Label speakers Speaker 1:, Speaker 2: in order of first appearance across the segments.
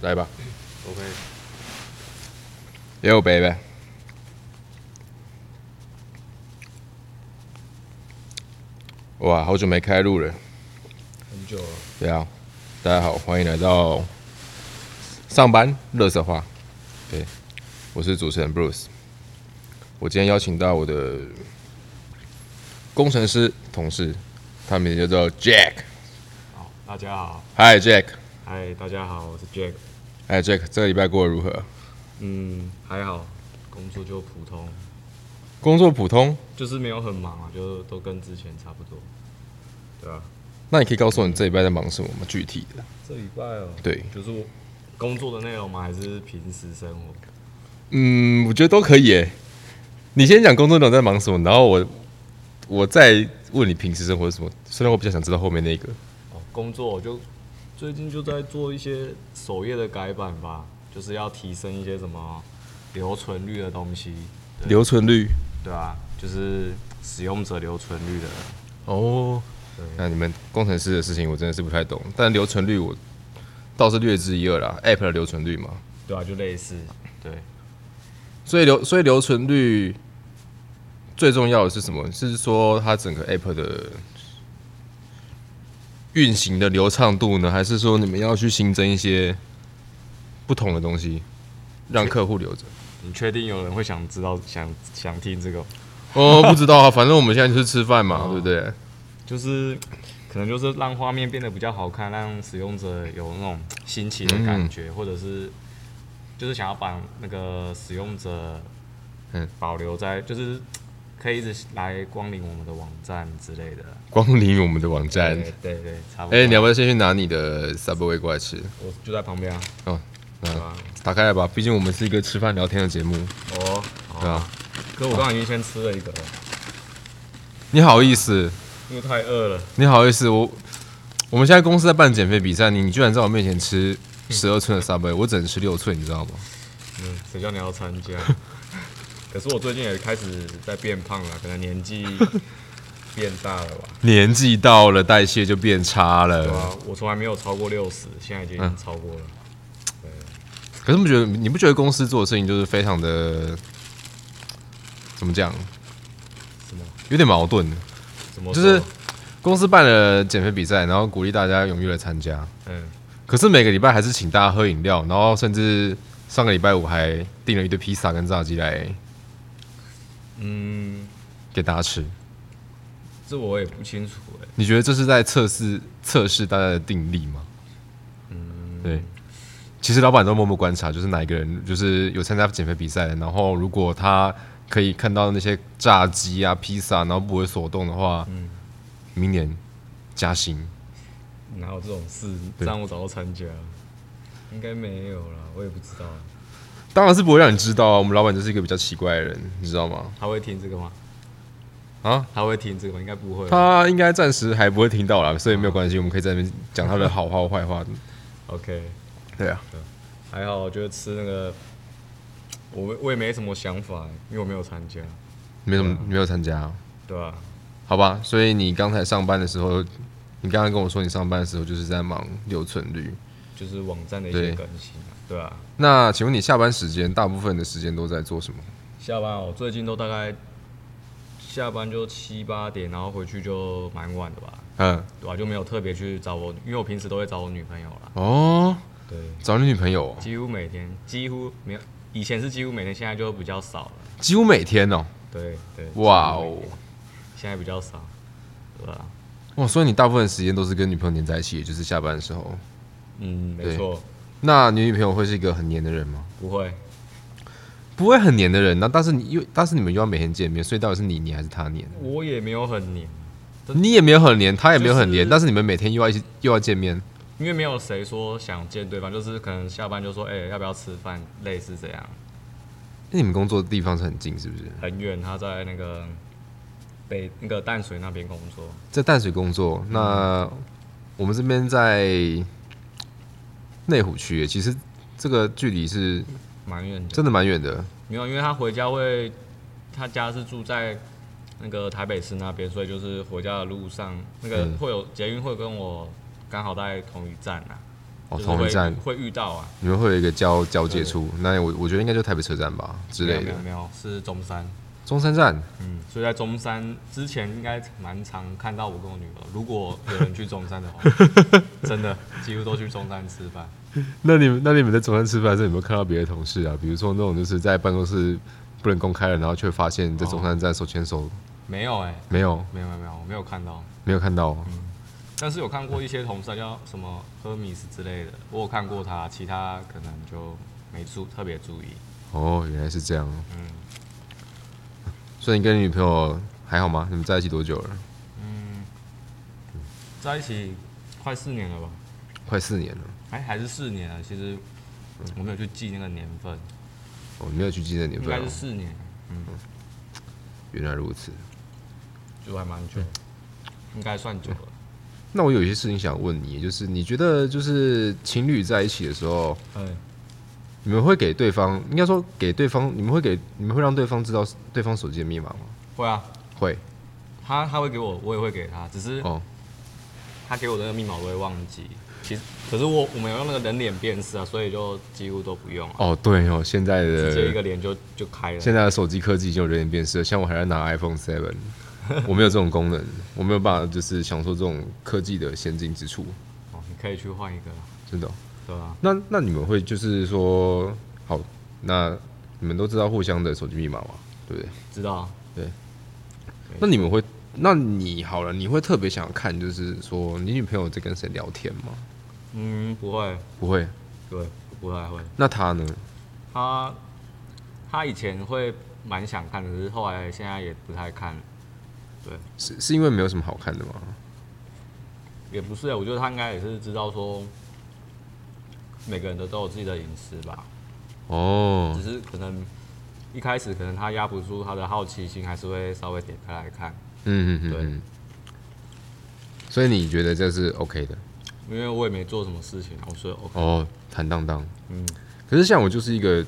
Speaker 1: 来吧，
Speaker 2: OK，
Speaker 1: 也有杯呗。哇，好久没开录了。
Speaker 2: 很久了。
Speaker 1: 对啊，大家好，欢迎来到上班乐色话。对，我是主持人 Bruce。我今天邀请到我的工程师同事，他名字叫做 Jack。
Speaker 2: 好，大家好，
Speaker 1: Hi Jack，
Speaker 2: 嗨，大家好，我是 Jack。
Speaker 1: 哎 Jack，这个礼拜过得如何？
Speaker 2: 嗯，还好，工作就普通，
Speaker 1: 工作普通。
Speaker 2: 就是没有很忙啊，就都跟之前差不多。对啊，
Speaker 1: 那你可以告诉我你这礼拜在忙什么吗？具体的。
Speaker 2: 这礼拜哦，
Speaker 1: 对，
Speaker 2: 就是我工作的内容吗？还是平时生活？
Speaker 1: 嗯，我觉得都可以耶。你先讲工作内容在忙什么，然后我我再问你平时生活是什么。虽然我比较想知道后面那个。
Speaker 2: 哦，工作我就最近就在做一些首页的改版吧，就是要提升一些什么留存率的东西。对
Speaker 1: 留存率
Speaker 2: 对啊，就是使用者留存率的。
Speaker 1: 哦，
Speaker 2: 对，
Speaker 1: 那你们工程师的事情我真的是不太懂，但留存率我倒是略知一二啦。App 的留存率嘛，
Speaker 2: 对啊，就类似。对。
Speaker 1: 所以留所以留存率最重要的是什么？是说它整个 App 的运行的流畅度呢，还是说你们要去新增一些不同的东西，让客户留着？
Speaker 2: 你确定有人会想知道、想想听这个？
Speaker 1: 哦，不知道啊，反正我们现在就是吃饭嘛，对不对？
Speaker 2: 就是可能就是让画面变得比较好看，让使用者有那种新奇的感
Speaker 1: 嗯
Speaker 2: 觉，或者是就是想要把那个使用者
Speaker 1: 嗯
Speaker 2: 保留在，就是可以一直来光临我们的网站之类的。
Speaker 1: 光临我们的网站。
Speaker 2: 对对对，差不多。
Speaker 1: 啊哎、你要不要先去拿你的 Subway 过来吃？
Speaker 2: 我就在旁边啊。
Speaker 1: 哦，
Speaker 2: 对啊，
Speaker 1: 打开来吧，毕竟我们是一个吃饭聊天的节目，
Speaker 2: 哦，
Speaker 1: 对吧、
Speaker 2: 好啊。可我刚刚已经先吃了一个了，
Speaker 1: 你好意思，
Speaker 2: 因为太饿了。
Speaker 1: 你好意思，我我们现在公司在办减肥比赛，你你居然在我面前吃十二寸的 Subway，我只能吃六寸，你知道吗？
Speaker 2: 嗯，谁叫你要参加？ 可是我最近也开始在变胖了，可能年 纪变大了吧。
Speaker 1: 年纪到了，代谢就变差
Speaker 2: 嗯对
Speaker 1: 了。
Speaker 2: 啊，我从来没有超过六十，现在已经
Speaker 1: 嗯
Speaker 2: 超过了。
Speaker 1: 可是不觉得你不觉得公司做的事情就是非常的怎么讲，
Speaker 2: 什么？
Speaker 1: 有点矛盾呢？
Speaker 2: 怎么
Speaker 1: 就
Speaker 2: 说？
Speaker 1: 是公司办了减肥比赛，然后鼓励大家踊跃来参加。
Speaker 2: 嗯，
Speaker 1: 可是每个礼拜还是请大家喝饮料，然后甚至上个礼拜五还订了一堆披萨跟炸鸡来
Speaker 2: 嗯，
Speaker 1: 给大家吃。
Speaker 2: 这我也不清楚哎、
Speaker 1: 你觉得这是在测试测试大家的定力吗？嗯，对。其实老板都默默观察，就是哪一个人就是有参加减肥比赛的，然后如果他可以看到那些炸鸡啊、披萨，然后不为所动的话，明年加薪。
Speaker 2: 哪有这种事？
Speaker 1: 对
Speaker 2: 让我早就参加了，应该没有啦，我也不知道。
Speaker 1: 当然是不会让你知道啊，我们老板就是一个比较奇怪的人，你知道吗？
Speaker 2: 他会听这个吗？
Speaker 1: 啊，
Speaker 2: 他会听这个吗？应该不会。
Speaker 1: 他应该暂时还不会听到啦，所以没有关系，我们可以在那边讲他的好话或坏话。
Speaker 2: OK，
Speaker 1: 对啊，
Speaker 2: 还好，我觉得吃那个，我我也没什么想法欸、因为我没有参加，
Speaker 1: 没什么没有参加哦，
Speaker 2: 对吧、
Speaker 1: 好吧？所以你刚才上班的时候，你刚刚跟我说你上班的时候就是在忙留存率。
Speaker 2: 就是网站的一
Speaker 1: 对
Speaker 2: 些更新啊，对啊。
Speaker 1: 那请问你下班时间大部分的时间都在做什么？
Speaker 2: 下班我最近都大概下班就七八点，然后回去就蛮晚的吧，
Speaker 1: 嗯，
Speaker 2: 对吧、就没有特别去找我，因为我平时都会找我女朋友啦，
Speaker 1: 哦，
Speaker 2: 对，
Speaker 1: 找你女朋友、哦，
Speaker 2: 几乎每天，几乎没有，以前是几乎每天，现在就比较少了，
Speaker 1: 几乎每天哦。
Speaker 2: 对对，
Speaker 1: 哇
Speaker 2: 几乎每
Speaker 1: 哦
Speaker 2: 天，，现在比较少，对吧、
Speaker 1: 哇，所以你大部分的时间都是跟女朋友黏在一起，也就是下班的时候。
Speaker 2: 嗯，
Speaker 1: 对
Speaker 2: 没错，
Speaker 1: 那你女朋友会是一个很黏的人吗？
Speaker 2: 不会，
Speaker 1: 不会很黏的人，那啊但是你又但是你们又要每天见面，所以到底是你黏还是他黏？
Speaker 2: 我也没有很黏，
Speaker 1: 你也没有很黏，他也没有很黏，
Speaker 2: 就是
Speaker 1: 但是你们每天又要一起又要见面，
Speaker 2: 因为没有谁说想见对方，就是可能下班就说，哎、要不要吃饭，类似这样，
Speaker 1: 那你们工作的地方是很近，是不是？
Speaker 2: 很远，他在那个北那个淡水那边工作。
Speaker 1: 在淡水工作，那我们这边在内湖区耶，其实这个距离是
Speaker 2: 蛮远的，
Speaker 1: 真的蛮远的。
Speaker 2: 没有，因为他回家会，他家是住在那个台北市那边，所以就是回家的路上，那个
Speaker 1: 嗯
Speaker 2: 会有捷运会跟我刚好在同一站啊，
Speaker 1: 哦，
Speaker 2: 就是
Speaker 1: 同一站，
Speaker 2: 会会遇到啊
Speaker 1: 你们会有一个交交界处，那我我觉得应该就台北车站吧之类
Speaker 2: 没
Speaker 1: 的
Speaker 2: 有没有，没有是中山，
Speaker 1: 中山站，
Speaker 2: 嗯，所以在中山之前应该蛮常看到我跟我女儿，如果有人去中 山的话，真的几乎都去中山吃饭。
Speaker 1: 那你们那你们在中山吃饭的时候有没有看到别的同事啊？比如说那种就是在办公室不能公开了，然后却发现在中山站手牵手，
Speaker 2: 没有哎、
Speaker 1: 没有嗯
Speaker 2: 没有没有没有，我没有看到，
Speaker 1: 没有看到哦，
Speaker 2: 但是有看过一些同事啊叫什么赫米斯之类的，我有看过他，其他可能就没注特别注意。
Speaker 1: 哦，原来是这样。
Speaker 2: 嗯
Speaker 1: 所以你跟你女朋友还好吗？你们在一起多久了？
Speaker 2: 嗯，在一起快四年了吧？
Speaker 1: 快四年了。
Speaker 2: 哎，还是四年了，其实嗯我没有去记那个年份，
Speaker 1: 我、哦、没有去记得年
Speaker 2: 应
Speaker 1: 份
Speaker 2: 该
Speaker 1: 哦
Speaker 2: 是，四年，啊嗯，
Speaker 1: 原来如此。
Speaker 2: 就还蛮久，应该算久了。
Speaker 1: 那我有一些事情想问你，就是你觉得就是情侣在一起的时候，
Speaker 2: 嗯，
Speaker 1: 你们会给对方，应该说给对方，你们会给你们会让对方知道 对方手机的密码吗？
Speaker 2: 会啊，
Speaker 1: 会
Speaker 2: 他他会给我，我也会给他，只是
Speaker 1: 哦，
Speaker 2: 他给我的那个密码我会忘记。其实，可是我我们有用那个人脸辨识啊，所以就几乎都不用啊，
Speaker 1: 哦对哦，现在
Speaker 2: 直接一
Speaker 1: 的
Speaker 2: 个脸就就开了。
Speaker 1: 现在的手机科技已经有人脸辨识了，像我还在拿 iPhone Seven，我没有这种功能，我没有办法就是享受这种科技的先进之处，
Speaker 2: 哦，你可以去换一个啦，
Speaker 1: 真的哦、
Speaker 2: 对吧、啊？
Speaker 1: 那那你们会就是说，好，那你们都知道互相的手机密码吗？对不对？
Speaker 2: 知道啊，
Speaker 1: 那你们会，那你好了，你会特别想看，就是说你女朋友在跟谁聊天吗？
Speaker 2: 嗯，不会，
Speaker 1: 不会。
Speaker 2: 对，不太会。
Speaker 1: 那她呢？
Speaker 2: 他他以前会蛮想看的，只是后来现在也不太看了。
Speaker 1: 是是因为没有什么好看的吗？
Speaker 2: 也不是、啊，我觉得他应该也是知道说，每个人都都有自己的隐私吧，
Speaker 1: 哦
Speaker 2: 只，是可能一开始可能他压不住他的好奇心，还是会稍微点开来看。
Speaker 1: 嗯嗯嗯嗯。所以你觉得这是 OK 的？
Speaker 2: 因为我也没做什么事情啊，我说 OK，
Speaker 1: 哦，坦荡荡。
Speaker 2: 嗯，
Speaker 1: 可是像我就是一个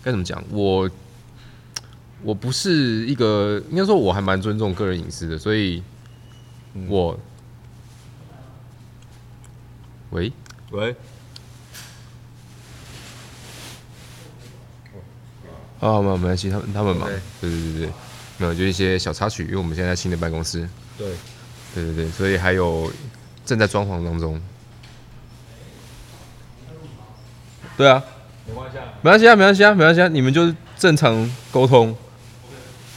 Speaker 1: 该怎么讲，我我不是一个，应该说我还蛮尊重个人隐私的，所以
Speaker 2: 嗯
Speaker 1: 我、喂，
Speaker 2: 喂，
Speaker 1: 哦，没有没关系，他们他们忙
Speaker 2: OK
Speaker 1: 对对对对，没有就一些小插曲，因为我们现在在新的办公室，
Speaker 2: 对，
Speaker 1: 对对对，所以还有正在装潢当中。对啊，
Speaker 2: 没关系啊，
Speaker 1: 没关系啊，没关系啊，没关系啊，你们就正常沟通，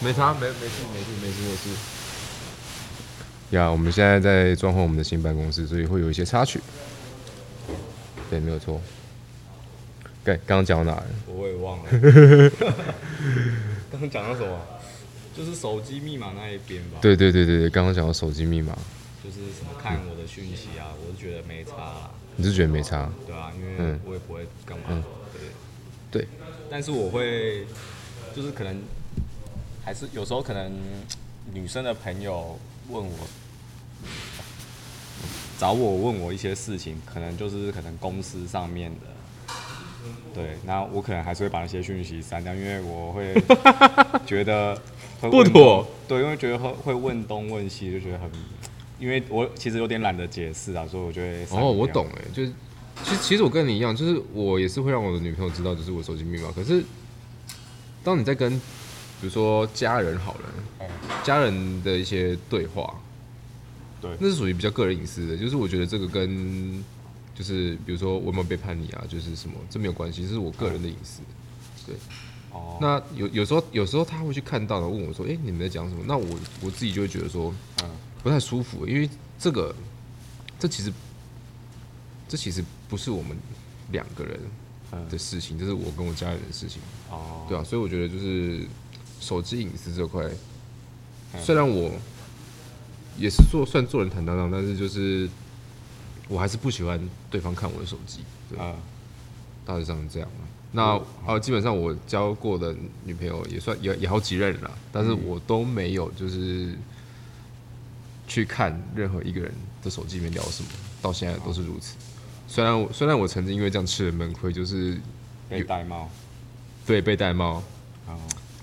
Speaker 1: 没差，没没事，没事，没事，没事。呀，我们现在在装潢我们的新办公室，所以会有一些插曲。对，没有错。对，刚刚讲到哪了？
Speaker 2: 我也忘了，刚刚讲到什么？就是手机密码那一边吧，，
Speaker 1: 对对对对对，刚刚讲到手机密码，
Speaker 2: 就是什么看我的讯息啊，我是觉得没差啦，
Speaker 1: 你是觉得没差？
Speaker 2: 对啊，因为
Speaker 1: 嗯
Speaker 2: 我也不会干嘛，对，
Speaker 1: 对，
Speaker 2: 但是我会，就是可能还是有时候可能女生的朋友问我。找我问我一些事情，可能就是可能公司上面的，对，那我可能还是会把那些讯息删掉，因为我会觉得会
Speaker 1: 不
Speaker 2: 问
Speaker 1: 妥
Speaker 2: 东，对，因为觉得会会问东问西，就觉得很，因为我其实有点懒得解释啊，所以我就会删
Speaker 1: 哦，我
Speaker 2: 掉
Speaker 1: 懂，哎，就是其实其实我跟你一样，就是我也是会让我的女朋友知道就是我手机密码。可是当你在跟比如说家人好了
Speaker 2: 嗯，
Speaker 1: 家人的一些对话，
Speaker 2: 对
Speaker 1: 那是属于比较个人隐私的。就是我觉得这个跟就是比如说我有没有背叛你啊，就是什么这没有关系，这是我个人的隐私。
Speaker 2: 哦，
Speaker 1: 那有有时候有时候他会去看到，然后问我说：“哎、你们在讲什么？”那我我自己就会觉得说
Speaker 2: 嗯，
Speaker 1: 不太舒服，因为这个这其实这其实不是我们两个人
Speaker 2: 嗯
Speaker 1: 的事情，这是我跟我家人的事情，
Speaker 2: 哦，
Speaker 1: 对啊，所以我觉得就是手机隐私这块，
Speaker 2: 嗯
Speaker 1: 虽然我也是做算做人坦荡荡，但是就是我还是不喜欢对方看我的手机，对。啊
Speaker 2: 嗯，
Speaker 1: 大致上是这样啊。那啊，基本上我交过的女朋友也算也也好几任了啦，但是我都没有就是去看任何一个人的手机里面聊什么，到现在都是如此。虽然我虽然我曾经因为这样吃了闷亏，就是
Speaker 2: 被戴帽，
Speaker 1: 对被戴帽，
Speaker 2: 哦，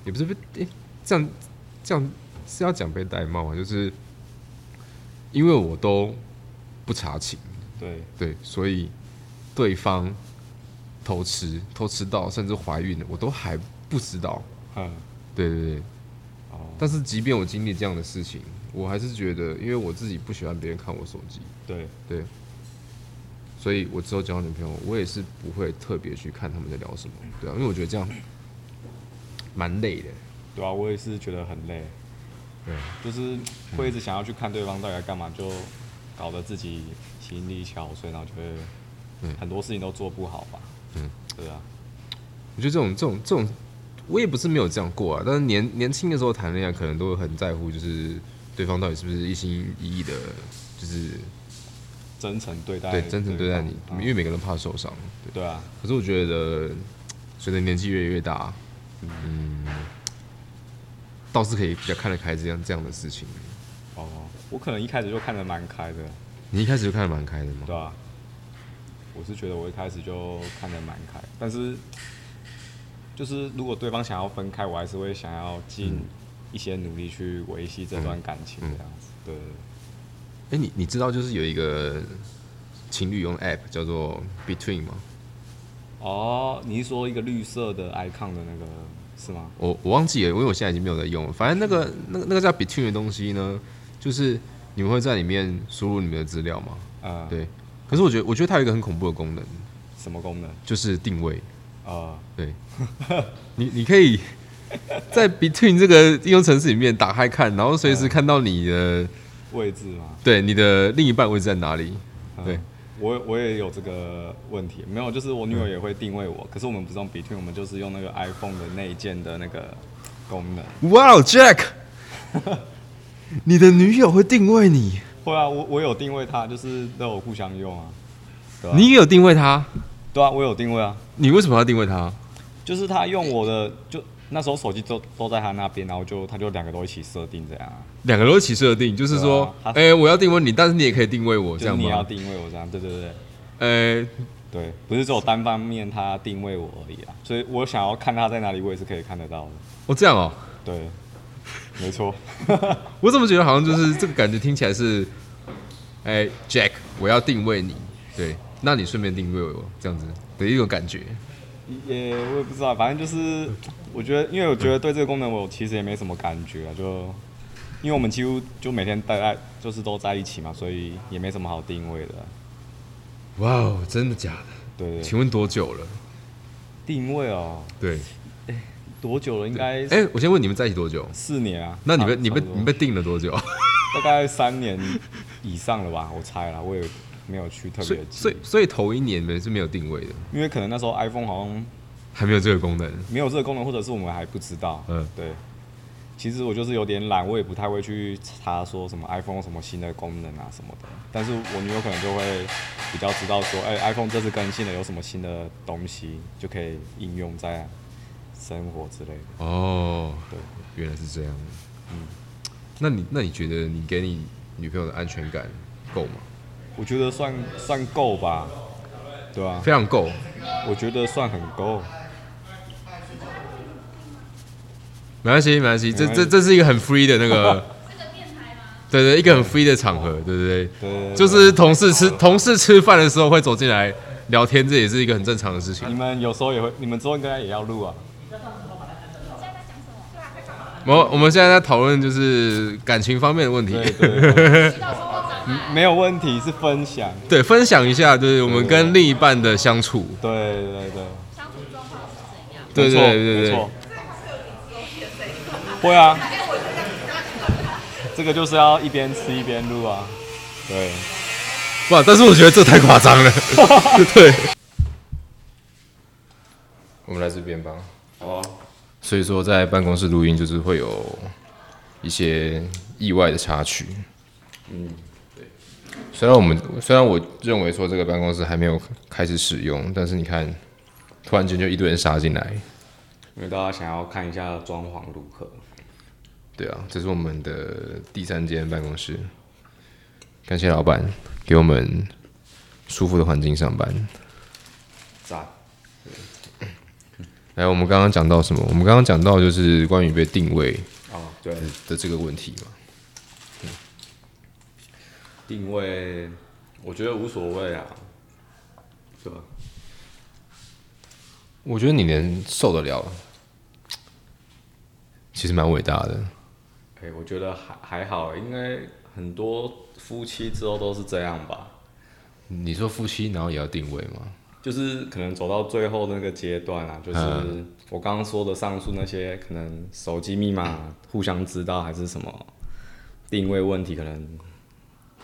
Speaker 1: 也不是被、诶这样这样是要讲被戴帽啊，就是因为我都不查寝，
Speaker 2: 对，
Speaker 1: 对，所以对方偷吃、偷吃到甚至怀孕了，我都还不知道。
Speaker 2: 嗯，
Speaker 1: 对对对，
Speaker 2: 哦，
Speaker 1: 但是即便我经历这样的事情，我还是觉得，因为我自己不喜欢别人看我手机，
Speaker 2: 对，
Speaker 1: 对，所以我之后交女朋友，我也是不会特别去看他们在聊什么，对啊，因为我觉得这样蛮累的，
Speaker 2: 对啊，我也是觉得很累，
Speaker 1: 对，嗯
Speaker 2: 就是会一直想要去看对方到底在干嘛，就搞得自己心力憔悴，然后就会
Speaker 1: 嗯
Speaker 2: 很多事情都做不好吧。
Speaker 1: 嗯，
Speaker 2: 对啊，
Speaker 1: 我觉得这种这种这种，我也不是没有这样过啊，但是年年轻的时候谈恋爱，可能都会很在乎，就是对方到底是不是一心一意的，就是
Speaker 2: 真诚对待，
Speaker 1: 对真诚对待你，
Speaker 2: 方嗯
Speaker 1: 因为每个人怕受伤，对。
Speaker 2: 对啊，
Speaker 1: 可是我觉得，随着年纪越来越大，嗯，倒是可以比较看得开这样这样的事情。
Speaker 2: 哦，我可能一开始就看得蛮开的，
Speaker 1: 你一开始就看得蛮开的吗？
Speaker 2: 对啊，我是觉得我一开始就看得蛮开，但是就是如果对方想要分开，我还是会想要
Speaker 1: 嗯
Speaker 2: 尽一些努力去维系这段感情这样子。对对，对
Speaker 1: 哎、你你知道就是有一个情侣用的 app 叫做 Between 吗？
Speaker 2: 哦，你是说一个绿色的 icon 的那个是吗？
Speaker 1: 我我忘记了，因为我现在已经没有在用了。反正那个那个那个叫 Between 的东西呢，就是你们会在里面输入你们的资料嘛？
Speaker 2: 呃，，
Speaker 1: 对。可是我觉得我觉得它有一个很恐怖的功能，
Speaker 2: 什么功能？
Speaker 1: 就是定位。
Speaker 2: 呃，
Speaker 1: 对， 你你可以在 Between 这个应用程式里面打开看，然后随
Speaker 2: 啊
Speaker 1: 时看到你的
Speaker 2: 位置吗？
Speaker 1: 对你的另一半位置在哪里。
Speaker 2: 嗯
Speaker 1: 对，
Speaker 2: 我我也有这个问题，没有，就是我女友也会定位我，可是我们不是用 Between，我们就是用那个 iPhone 的内建的那个功能。
Speaker 1: 哇、哦 j a c k 你的女友会定位你，
Speaker 2: 会啊，我我有定位她，就是都有互相用啊。对啊
Speaker 1: 你也有定位她，
Speaker 2: 对啊，我有定位啊，
Speaker 1: 你为什么要定位她？
Speaker 2: 就是她用我的，就那时候手机都都在她那边，然后就她就两个都一起设定这样啊，
Speaker 1: 两个都一起设定，就是说，哎、
Speaker 2: 对啊她
Speaker 1: 我要定位你，但是你也可以定位我，这
Speaker 2: 就是
Speaker 1: 样
Speaker 2: 你要
Speaker 1: 吗？
Speaker 2: 定位我这样，对对对。
Speaker 1: 呃、
Speaker 2: 对，不是只有单方面她定位我而已啦，啊所以我想要看她在哪里，我也是可以看得到的。
Speaker 1: 哦，这样哦，
Speaker 2: 对，没错。
Speaker 1: 我怎么觉得好像就是这个感觉听起来是，哎、j a c k 我要定位你，对，那你顺便定位我，这样子的一种感觉。
Speaker 2: 也我也不知道，反正就是我觉得，因为我觉得对这个功能我其实也没什么感觉啊，就因为我们几乎就每天待在就是都在一起嘛，所以也没什么好定位的。
Speaker 1: 哇哦，真的假的？
Speaker 2: 对对
Speaker 1: 请问多久了？
Speaker 2: 定位哦，
Speaker 1: 对，
Speaker 2: 多久了？应该
Speaker 1: 哎、我先问你们在一起多久？
Speaker 2: 四年啊。
Speaker 1: 那你被
Speaker 2: 差
Speaker 1: 你被
Speaker 2: 差不多
Speaker 1: 你被定了多久？
Speaker 2: 大概三年以上了吧？我猜啦，我也没有去特
Speaker 1: 所
Speaker 2: 别
Speaker 1: 以所
Speaker 2: 记
Speaker 1: 以，所以头一年你们是没有定位的，
Speaker 2: 因为可能那时候 iPhone 好像
Speaker 1: 还没有这个功能。
Speaker 2: 没有这个功能，或者是我们还不知道。
Speaker 1: 嗯
Speaker 2: 对。其实我就是有点懒，我也不太会去查说什么 iPhone 有什么新的功能啊什么的。但是我女友可能就会比较知道说，哎、i p h o n e 这次更新了有什么新的东西，就可以应用在生活之类的。
Speaker 1: 哦，
Speaker 2: 对，
Speaker 1: 原来是这样。嗯那你那你觉得你给你女朋友的安全感够吗？
Speaker 2: 我觉得算算够吧，对吧、
Speaker 1: 非常够。
Speaker 2: 我觉得算很够。
Speaker 1: 没关系，没关系，这
Speaker 2: 没关
Speaker 1: 这
Speaker 2: 系
Speaker 1: 这是一个很 free 的那个， 对对，一个很 free 的场合，对对
Speaker 2: 对
Speaker 1: 对，
Speaker 2: 对对
Speaker 1: 就是同事吃同事吃饭的时候会走进来聊天，这也是一个很正常的事情
Speaker 2: 你。们有时候也会，你们之后应该也要录啊。
Speaker 1: 我我们现在在讨论就是感情方面的问题，
Speaker 2: 对对对，没有问题，是分享。
Speaker 1: 对，分享一下，就是我们
Speaker 2: 对对
Speaker 1: 跟另一半的相处，
Speaker 2: 对对对。
Speaker 1: 对对对对
Speaker 2: 没
Speaker 1: 对
Speaker 2: 错。会啊，这个就是要一边吃一边录啊。对，
Speaker 1: 哇，但是我觉得这太夸张了， 对。我们来这边吧。
Speaker 2: 哦，
Speaker 1: 所以说在办公室录音就是会有一些意外的插曲。嗯，对。虽然我们虽然我认为说这个办公室还没有开始使用，但是你看，突然间就一堆人杀进来。
Speaker 2: 因为大家想要看一下装潢如何。
Speaker 1: 对啊，这是我们的第三间办公室。感谢老板给我们舒服的环境上班。
Speaker 2: 赞，
Speaker 1: 来，我们刚刚讲到什么？我们刚刚讲到就是关于被定位
Speaker 2: 哦，对，
Speaker 1: 的这个问题嘛。
Speaker 2: 定位，我觉得无所谓啊，是吧？
Speaker 1: 我觉得你能受得了，其实蛮伟大的。
Speaker 2: 哎、我觉得还还好，应该很多夫妻之后都是这样吧，
Speaker 1: 你说夫妻，然后也要定位吗？
Speaker 2: 就是可能走到最后那个阶段啊，
Speaker 1: 嗯
Speaker 2: 就是我刚刚说的上述那些，可能手机密码互相知道还是什么定位问题，可能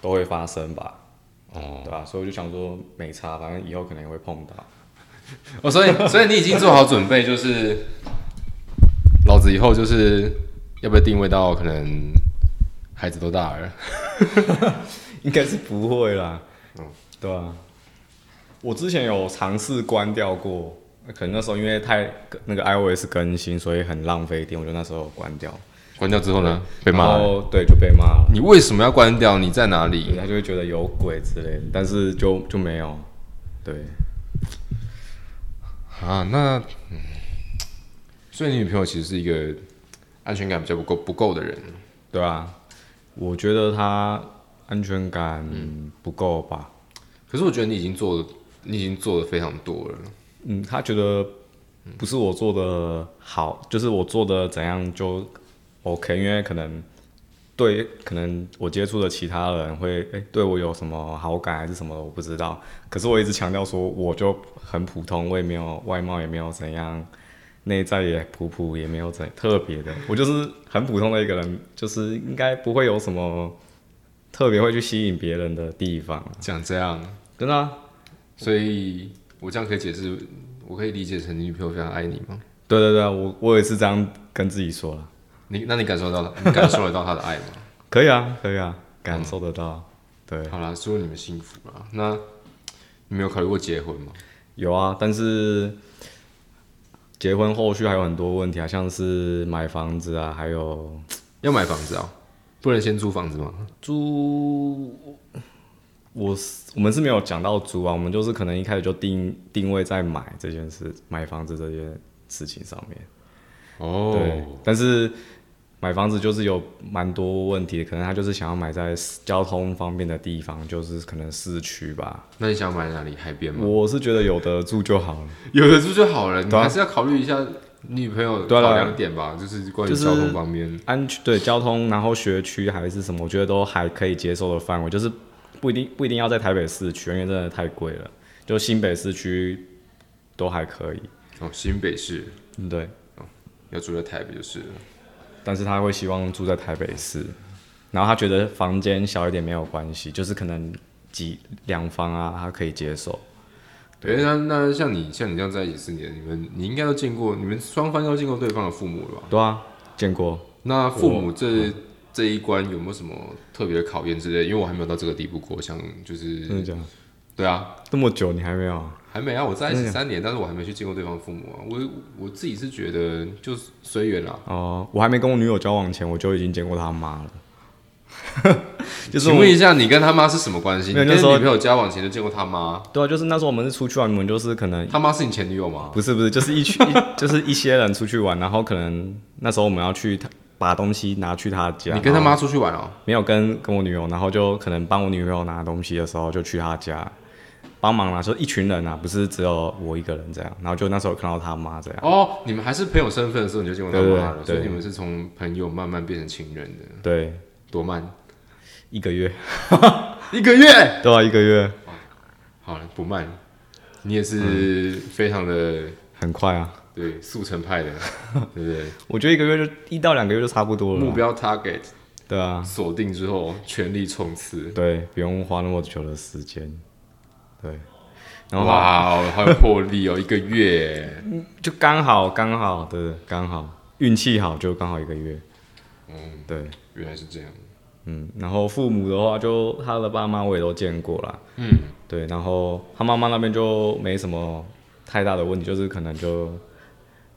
Speaker 2: 都会发生吧，
Speaker 1: 哦，
Speaker 2: 对吧、啊所以我就想说没差，反正以后可能也会碰到。
Speaker 1: 哦，所以所以你已经做好准备， 就是老子以后就是要被定位到可能孩子都大了。
Speaker 2: 应该是不会啦。
Speaker 1: 嗯
Speaker 2: 对啊。我之前有尝试关掉过，可能那时候因为太那个 iOS 更新，所以很浪费电，我就那时候有关掉。
Speaker 1: 关掉之后呢，被骂
Speaker 2: 然
Speaker 1: 了。
Speaker 2: 后对，就被骂了。
Speaker 1: 你为什么要关掉？你在哪
Speaker 2: 对
Speaker 1: 里？
Speaker 2: 他就会觉得有鬼之类的，但是就就没有。对，
Speaker 1: 啊，那、嗯所以你女朋友其实是一个安全感比较不够不够的人。
Speaker 2: 对啊，我觉得他安全感不够吧。
Speaker 1: 可是我觉得你已经做的，你已经做的非常多了。
Speaker 2: 嗯，他觉得不是我做的好，就是我做的怎样就 OK，因为可能对可能我接触的其他人会哎、诶对我有什么好感还是什么的，我不知道。可是我一直强调说我就很普通，我也没有外貌也没有怎样，内在也普普也没有怎特别的，我就是很普通的一个人，就是应该不会有什么特别会去吸引别人的地方，
Speaker 1: 讲这样，
Speaker 2: 真的啊、
Speaker 1: 所以我这样可以解释，我可以理解成你女朋友非常爱你吗？
Speaker 2: 对对对啊，我我也是这样跟自己说了。
Speaker 1: 你那你感受到了，你感受得到她的爱吗？
Speaker 2: 可以啊，可以啊，感受得到。 对，
Speaker 1: 好啦，祝你们幸福啦。那你们有考虑过结婚吗？
Speaker 2: 有啊，但是结婚后续还有很多问题啊，像是买房子啊，还有
Speaker 1: 要买房子啊、不能先租房子吗？
Speaker 2: 租。我是我们是没有讲到租啊，我们就是可能一开始就定定位在买这件事，买房子这件事情上面。对
Speaker 1: 哦，，
Speaker 2: 但是买房子就是有蛮多问题的，可能他就是想要买在交通方便的地方，就是可能市区吧。
Speaker 1: 那你想买哪里？海边吗？
Speaker 2: 我是觉得有的住就好了。
Speaker 1: 有的住就好了，你
Speaker 2: 对啊
Speaker 1: 还是要考虑一下女朋友
Speaker 2: 对啊
Speaker 1: 考量点吧，就是关于
Speaker 2: 就是
Speaker 1: 交通方面。
Speaker 2: 安全对交通，然后学区还是什么，我觉得都还可以接受的范围，就是不一定不一定要在台北市区，因为真的太贵了。就新北市区都还可以，
Speaker 1: 哦，新北市
Speaker 2: 嗯对。
Speaker 1: 要住在台北就是了。
Speaker 2: 但是他会希望住在台北市，然后他觉得房间小一点没有关系，就是可能几两房啊，他可以接受。
Speaker 1: 对，那那像你像你这样在一起四年，你们你应该都见过，你们双方都见过对方的父母了吧？
Speaker 2: 对啊，见过。
Speaker 1: 那父母
Speaker 2: 嗯
Speaker 1: 这这一关有没有什么特别的考验之类的？因为我还没有到这个地步过，像就是
Speaker 2: 真的假的？
Speaker 1: 对啊，
Speaker 2: 这么久你还没有啊？
Speaker 1: 还没啊，我在一起三年，但是我还没去见过对方父母啊。我我自己是觉得就是随缘啦。
Speaker 2: 哦、我还没跟我女友交往前，我就已经见过她妈了。 就是
Speaker 1: 请
Speaker 2: 我
Speaker 1: 问一下，你跟他妈是什么关系？你
Speaker 2: 没有
Speaker 1: 跟
Speaker 2: 那
Speaker 1: 你
Speaker 2: 时候
Speaker 1: 女朋友交往前就见过他妈？
Speaker 2: 对啊，就是那时候我们是出去玩，我们就是可能
Speaker 1: 他妈是你前女友吗？
Speaker 2: 不是不是，就是 一群一就是一些人出去玩，然后可能那时候我们要去他把东西拿去他家，
Speaker 1: 你跟他
Speaker 2: 然
Speaker 1: 妈
Speaker 2: 后
Speaker 1: 出去玩哦？
Speaker 2: 没有跟跟我女友，然后就可能帮我女朋友拿东西的时候就去他家帮忙啦，就一群人啊，不是只有我一个人这样，然后就那时候看到他妈这样，
Speaker 1: 哦，你们还是朋友身份的时候你就见过他妈了，
Speaker 2: 啊
Speaker 1: 所
Speaker 2: 对对对
Speaker 1: 以你们是从朋友慢慢变成情人的，
Speaker 2: 对，
Speaker 1: 多慢？
Speaker 2: 一个月，
Speaker 1: 一个月？
Speaker 2: 对啊，一个月
Speaker 1: 好了，不慢，你也是
Speaker 2: 嗯
Speaker 1: 非常的、
Speaker 2: 很快啊，
Speaker 1: 对速成派的，对不对？
Speaker 2: 我觉得一个月就一到两个月就差不多了啦，
Speaker 1: 目标 target
Speaker 2: 对啊，
Speaker 1: 锁定之后，全力冲刺。
Speaker 2: 对，不用花那么久的时间，对，然后
Speaker 1: 哇哦，好有魄力哦！一个月，
Speaker 2: 就刚好刚好对，刚好运气好就刚好一个月，
Speaker 1: 嗯，
Speaker 2: 对，
Speaker 1: 原来是这样。
Speaker 2: 嗯，然后父母的话就他的爸妈我也都见过啦，
Speaker 1: 嗯，
Speaker 2: 对，然后他妈妈那边就没什么太大的问题，就是可能就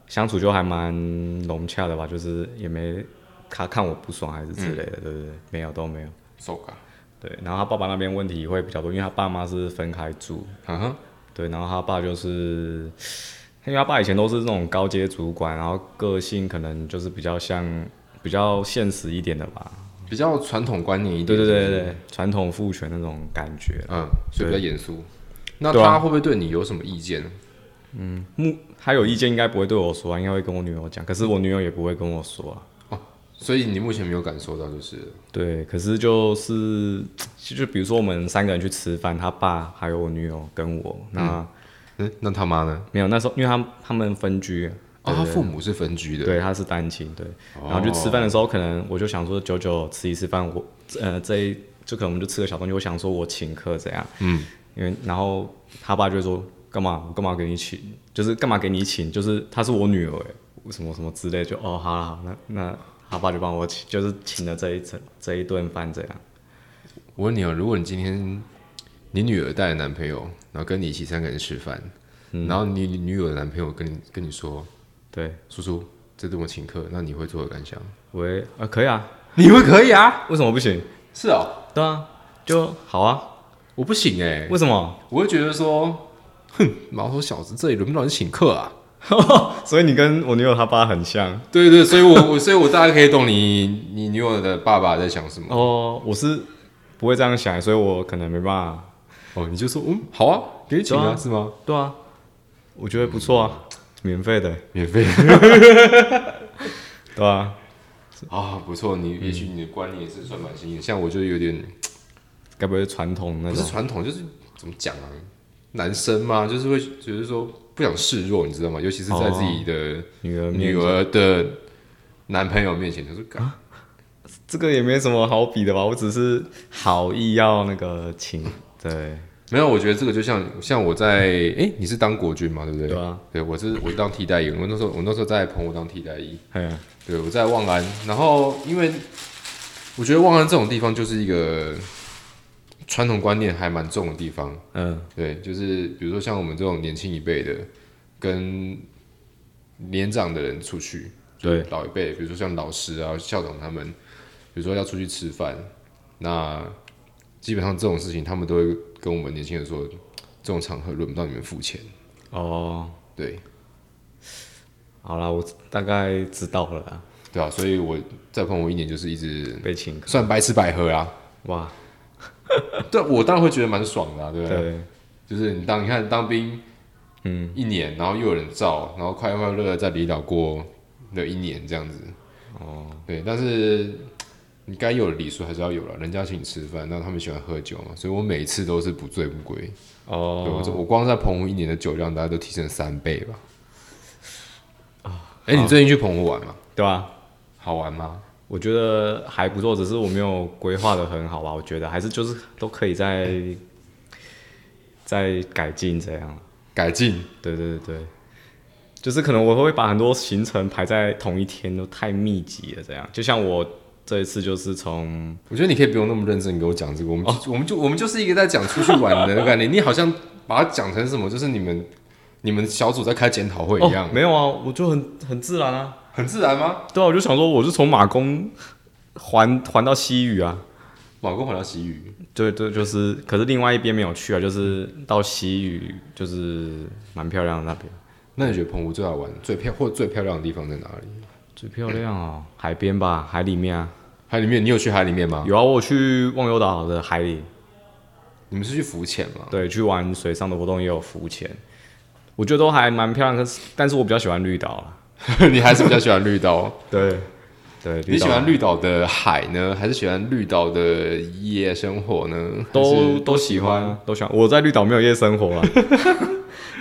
Speaker 2: 相处就还蛮融洽的吧，就是也没他看我不爽还是之类
Speaker 1: 嗯
Speaker 2: 的，对不对？没有都没有，
Speaker 1: 手感，
Speaker 2: 对，然后他爸爸那边问题会比较多，因为他爸妈是分开住，
Speaker 1: 啊哈，
Speaker 2: 对，然后他爸就是，因为他爸以前都是那种高阶主管，然后个性可能就是比较像比较现实一点的吧，
Speaker 1: 比较传统观念一
Speaker 2: 对
Speaker 1: 点，
Speaker 2: 对对
Speaker 1: 是不
Speaker 2: 对
Speaker 1: 是，
Speaker 2: 对，传统父权那种感觉啦。
Speaker 1: 嗯，所以比较严肃。那
Speaker 2: 对啊
Speaker 1: 他会不会对你有什么意见？
Speaker 2: 目他有意见应该不会对我说、啊，应该会跟我女友讲，可是我女友也不会跟我说啊。
Speaker 1: 所以你目前没有感受到，就是了
Speaker 2: 对，可是就是，就就比如说我们三个人去吃饭，他爸还有我女友跟我，那、
Speaker 1: 嗯，那他妈呢？
Speaker 2: 没有那时候，因为他他们分居，
Speaker 1: 哦，他父母是分居的，哦
Speaker 2: 对，他是单亲，对，然后去吃饭的时候，可能我就想说，久久吃一次饭，我呃这一就可能我们就吃个小东西，我想说我请客怎样，
Speaker 1: 嗯，
Speaker 2: 因为然后他爸就会说干嘛我干嘛给你请，就是干嘛给你请，就是她是我女儿哎，什么什么之类，就哦好啦好啦那那他爸就帮我请，就是请了这一次这一顿饭这样，
Speaker 1: 我问你哦，如果你今天你女儿带了男朋友，然后跟你一起三个人吃饭，
Speaker 2: 嗯
Speaker 1: 然后你女友的男朋友跟你跟你说，
Speaker 2: 对，
Speaker 1: 叔叔，这顿我请客，那你会作何感想？
Speaker 2: 喂啊、可以啊，
Speaker 1: 你会可以啊？
Speaker 2: 为什么不行？
Speaker 1: 是哦，
Speaker 2: 对啊，就好啊，
Speaker 1: 我不行哎、
Speaker 2: 为什么？
Speaker 1: 我会觉得说，哼，毛头小子，这里轮不到你请客啊。
Speaker 2: 所以你跟我女友她爸很像。
Speaker 1: 对对，所以 我我所以我大概可以懂你你女友的爸爸在想什么。
Speaker 2: 哦，我是不会这样想，所以我可能没办法。
Speaker 1: 哦，你就说嗯，好啊，给你请
Speaker 2: 对
Speaker 1: 啊，
Speaker 2: 啊
Speaker 1: 是吗？
Speaker 2: 对啊，我觉得不错啊，免费的，
Speaker 1: 免费
Speaker 2: 对啊，
Speaker 1: 啊，不错，你也许你的观念也是算蛮新颖，像我就有点
Speaker 2: 该不会是传统那
Speaker 1: 不是
Speaker 2: 种？
Speaker 1: 传统，就是怎么讲啊，男生嘛，就是会觉得说不想示弱，你知道吗？尤其是在自己哦的
Speaker 2: 女儿面
Speaker 1: 女儿的男朋友面前，就是干
Speaker 2: 这个也没什么好比的吧？我只是好意要那个请，对
Speaker 1: 没有，我觉得这个就像像我在哎、你是当国军嘛，对不对？
Speaker 2: 对啊，
Speaker 1: 对我是我是当替代役，我那时候我那时候在澎湖当替代役，
Speaker 2: 嘿啊，
Speaker 1: 对我在望安，然后因为我觉得望安这种地方就是一个传统观念还蛮重的地方，
Speaker 2: 嗯，
Speaker 1: 对，就是比如说像我们这种年轻一辈的跟年长的人出去，
Speaker 2: 对，
Speaker 1: 老一辈，比如说像老师啊、校长他们，比如说要出去吃饭，那基本上这种事情他们都会跟我们年轻人说，这种场合轮不到你们付钱。
Speaker 2: 哦，
Speaker 1: 对，
Speaker 2: 好啦，我大概知道了啦，
Speaker 1: 对啊，所以我在澎湖一年就是一直
Speaker 2: 被请客，
Speaker 1: 算白吃白喝啊。
Speaker 2: 哇，
Speaker 1: 对，我当然会觉得蛮爽的、啊，对不对？
Speaker 2: 对，
Speaker 1: 就是你当你看当兵，
Speaker 2: 嗯，
Speaker 1: 一年，然后又有人照，然后快快乐乐在离岛过了一年这样子。哦，对，但是你该有的礼数还是要有了，人家请你吃饭，那他们喜欢喝酒嘛，所以我每次都是不醉不归。对我
Speaker 2: 哦，
Speaker 1: 这我光在澎湖一年的酒量，大家都提升三倍吧。
Speaker 2: 啊
Speaker 1: 哎、你最近去澎湖玩吗？
Speaker 2: 对啊吧？
Speaker 1: 好玩吗？
Speaker 2: 我觉得还不错，只是我没有规划的很好吧。我觉得还是就是都可以再再改进这样。
Speaker 1: 改进
Speaker 2: 对对对对，就是可能我会把很多行程排在同一天，都太密集了这样。就像我这一次就是从
Speaker 1: 我觉得你可以不用那么认真给我讲这个，我们、我们就我们就是一个在讲出去玩的概念，你好像把它讲成什么，就是你们你们小组在开检讨会一样，
Speaker 2: 哦没有啊，我就很很自然啊。
Speaker 1: 很自然吗？
Speaker 2: 对啊，我就想说我是从马公环环到西屿啊。
Speaker 1: 老公好像洗雨，
Speaker 2: 对对，就是，可是另外一边没有去啊，就是到西屿，就是蛮漂亮的那边。
Speaker 1: 那你觉得澎湖最好玩、最漂或最漂亮的地方在哪里？
Speaker 2: 最漂亮哦，海边吧，海里面啊，
Speaker 1: 海里面，你有去海里面吗？
Speaker 2: 有啊，我有去忘忧岛的海里，
Speaker 1: 你们是去浮潜吗？
Speaker 2: 对，去玩水上的活动，也有浮潜，我觉得都还蛮漂亮，可是但是我比较喜欢绿岛啦，
Speaker 1: 你还是比较喜欢绿岛？
Speaker 2: 对，对，
Speaker 1: 你
Speaker 2: 绿
Speaker 1: 喜
Speaker 2: 岛
Speaker 1: 欢绿岛的海呢，还是喜欢绿岛的夜生活呢？
Speaker 2: 都都喜欢，都喜欢，我在绿岛没有夜生活 啊，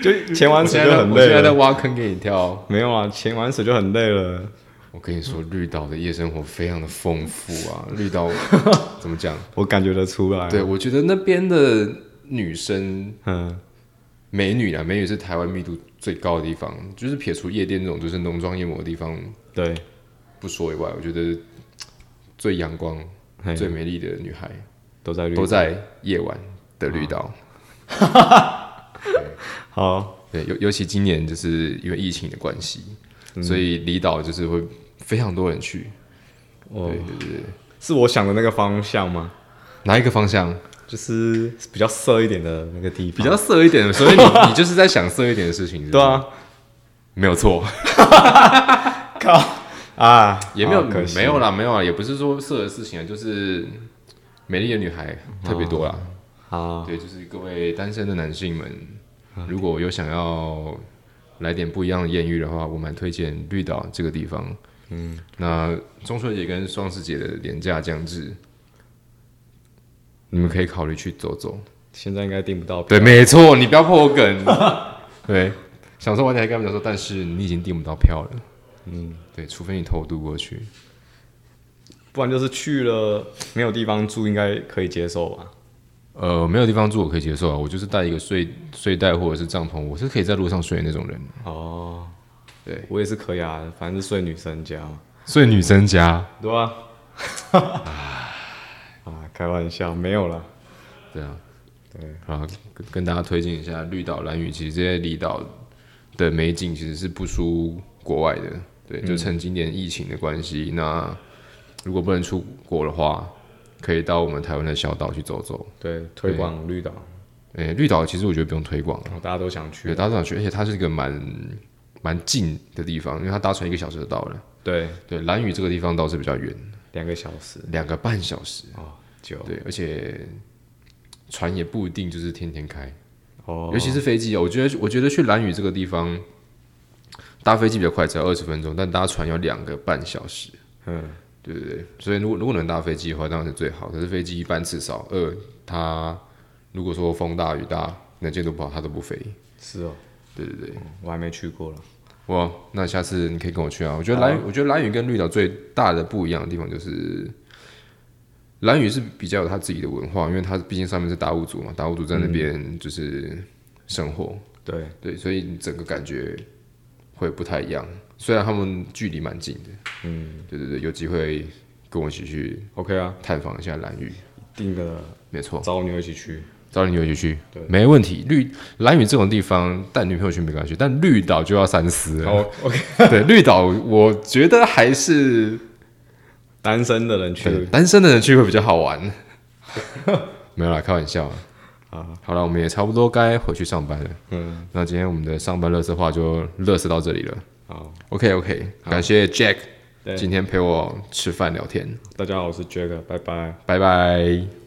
Speaker 2: 就潜
Speaker 1: 还
Speaker 2: 完
Speaker 1: 是。我现在
Speaker 2: 水就
Speaker 1: 在
Speaker 2: 很
Speaker 1: 我
Speaker 2: 累
Speaker 1: 现在在
Speaker 2: 了，
Speaker 1: 挖坑给你跳。
Speaker 2: 没有啊，潜完水就很累了，
Speaker 1: 我跟你
Speaker 2: 嗯
Speaker 1: 说，绿岛的夜生活非常的丰富 啊！绿岛怎么讲？
Speaker 2: 我感觉得出来，
Speaker 1: 对，我觉得那边的女生
Speaker 2: 嗯，
Speaker 1: 美女啊，美女是台湾密度最高的地方，就是撇除夜店这种就是浓妆艳抹的地方
Speaker 2: 对，
Speaker 1: 不说以外，我觉得最阳光、
Speaker 2: 嘿
Speaker 1: 最美丽的女孩
Speaker 2: 都在绿岛嗯
Speaker 1: 都，在夜晚的绿岛。
Speaker 2: 好，
Speaker 1: 对，尤尤其今年就是因为疫情的关系，
Speaker 2: 嗯
Speaker 1: 所以离岛就是会非常多人去。
Speaker 2: 哦
Speaker 1: 对对对，对
Speaker 2: 是我想的那个方向吗？
Speaker 1: 哪一个方向
Speaker 2: 就是比较色一点的那个地方，
Speaker 1: 比较啊色一点的？所 以你你
Speaker 2: 啊
Speaker 1: 就是在想色一点的事情是不是
Speaker 2: 对啊，
Speaker 1: 没有错。
Speaker 2: 靠，啊，
Speaker 1: 也没有、
Speaker 2: 好可惜
Speaker 1: 没有啦，没有啦，也不是说色的事情啊，就是美丽的女孩特别多啦。
Speaker 2: 啊，
Speaker 1: 对，就是各位单身的男性们，如果有想要来点不一样的艳遇的话，我蛮推荐绿岛这个地方。嗯，那中秋节跟双十节的廉价将至，你们可以考虑去走走。
Speaker 2: 现在应该订不到票
Speaker 1: 对，没错，你不要破我 梗。对，想说完你还跟他们讲说，但是你已经订不到票了。嗯，对，除非你偷渡过去。
Speaker 2: 不然就是去了 没有地方住，应该可以接受吧？
Speaker 1: 呃，没有地方住我可以接受啊，我就是带一个睡睡袋或者是帐篷，我是可以在路上睡的那种人。
Speaker 2: 哦，
Speaker 1: 对，
Speaker 2: 我也是可以啊，反正是睡女生家嘛，
Speaker 3: 所以女生家
Speaker 2: 对吧、 啊？啊，开玩笑，没有啦。
Speaker 1: 对啊，
Speaker 2: 对，
Speaker 1: 啊，跟跟大家推荐一下绿岛、蓝屿，其实这些离岛的美景其实是不输国外的。对，
Speaker 3: 嗯
Speaker 1: 就趁今年疫情的关系，那如果不能出国的话，可以到我们台湾的小岛去走走。
Speaker 2: 对，推广绿岛，
Speaker 1: 诶、绿岛其实我觉得不用推广，
Speaker 2: 然后大家都想
Speaker 1: 对，
Speaker 2: 去。
Speaker 1: 大家都想去，而且它是一个蛮蛮近的地方，因为它搭船一个小时就到了。
Speaker 2: 对，
Speaker 1: 对，蓝屿这个地方倒是比较远，
Speaker 2: 两个小时
Speaker 1: 两个半小时。
Speaker 2: 哦，久
Speaker 1: 对，而且船也不一定就是天天开。
Speaker 2: 哦
Speaker 1: 尤，其是飞机啊，我觉得我觉得去兰屿这个地方搭飞机比较快，只要二十分钟，但搭船要两个半小时，
Speaker 2: 嗯，
Speaker 1: 对对对。所以如果如果能搭飞机的话，当然是最好。可是飞机一班次少，二它如果说风大雨大，能见度不好，它都不飞。
Speaker 2: 是哦，
Speaker 1: 对对对，
Speaker 2: 我还没去过了。
Speaker 1: 哇，那下次你可以跟我去啊。我觉得兰屿，我觉得兰屿跟绿岛最大的不一样的地方就是。兰屿是比较有它自己的文化，因为它毕竟上面是达悟族嘛，达悟族在那边就是生活，
Speaker 2: 对，
Speaker 1: 对，所以你整个感觉会不太一样。虽然他们距离蛮近的，嗯，对对对，有机会跟我一起去
Speaker 2: OK 啊，
Speaker 1: 探访一下蓝屿，
Speaker 2: 一定的，
Speaker 1: 没错，
Speaker 2: 找我女儿一起去。
Speaker 1: 找你有一起去，没问题。绿蓝屿这种地方带女朋友去没关系，但绿岛就要三思了。
Speaker 2: 哦，OK，
Speaker 1: 对，绿岛我觉得还是
Speaker 2: 单身的人去
Speaker 1: 单身的人去会比较好玩。 没有啦，开玩笑啊。好了，我们也差不多该回去上班了。
Speaker 2: 嗯，
Speaker 1: 那今天我们的上班乐色话就乐色到这里了。
Speaker 2: 好，
Speaker 1: OK OK，感谢 Jack
Speaker 2: 对
Speaker 1: 今天陪我吃饭聊天，
Speaker 2: 大家好，我是 Jack，拜拜。
Speaker 1: 拜拜。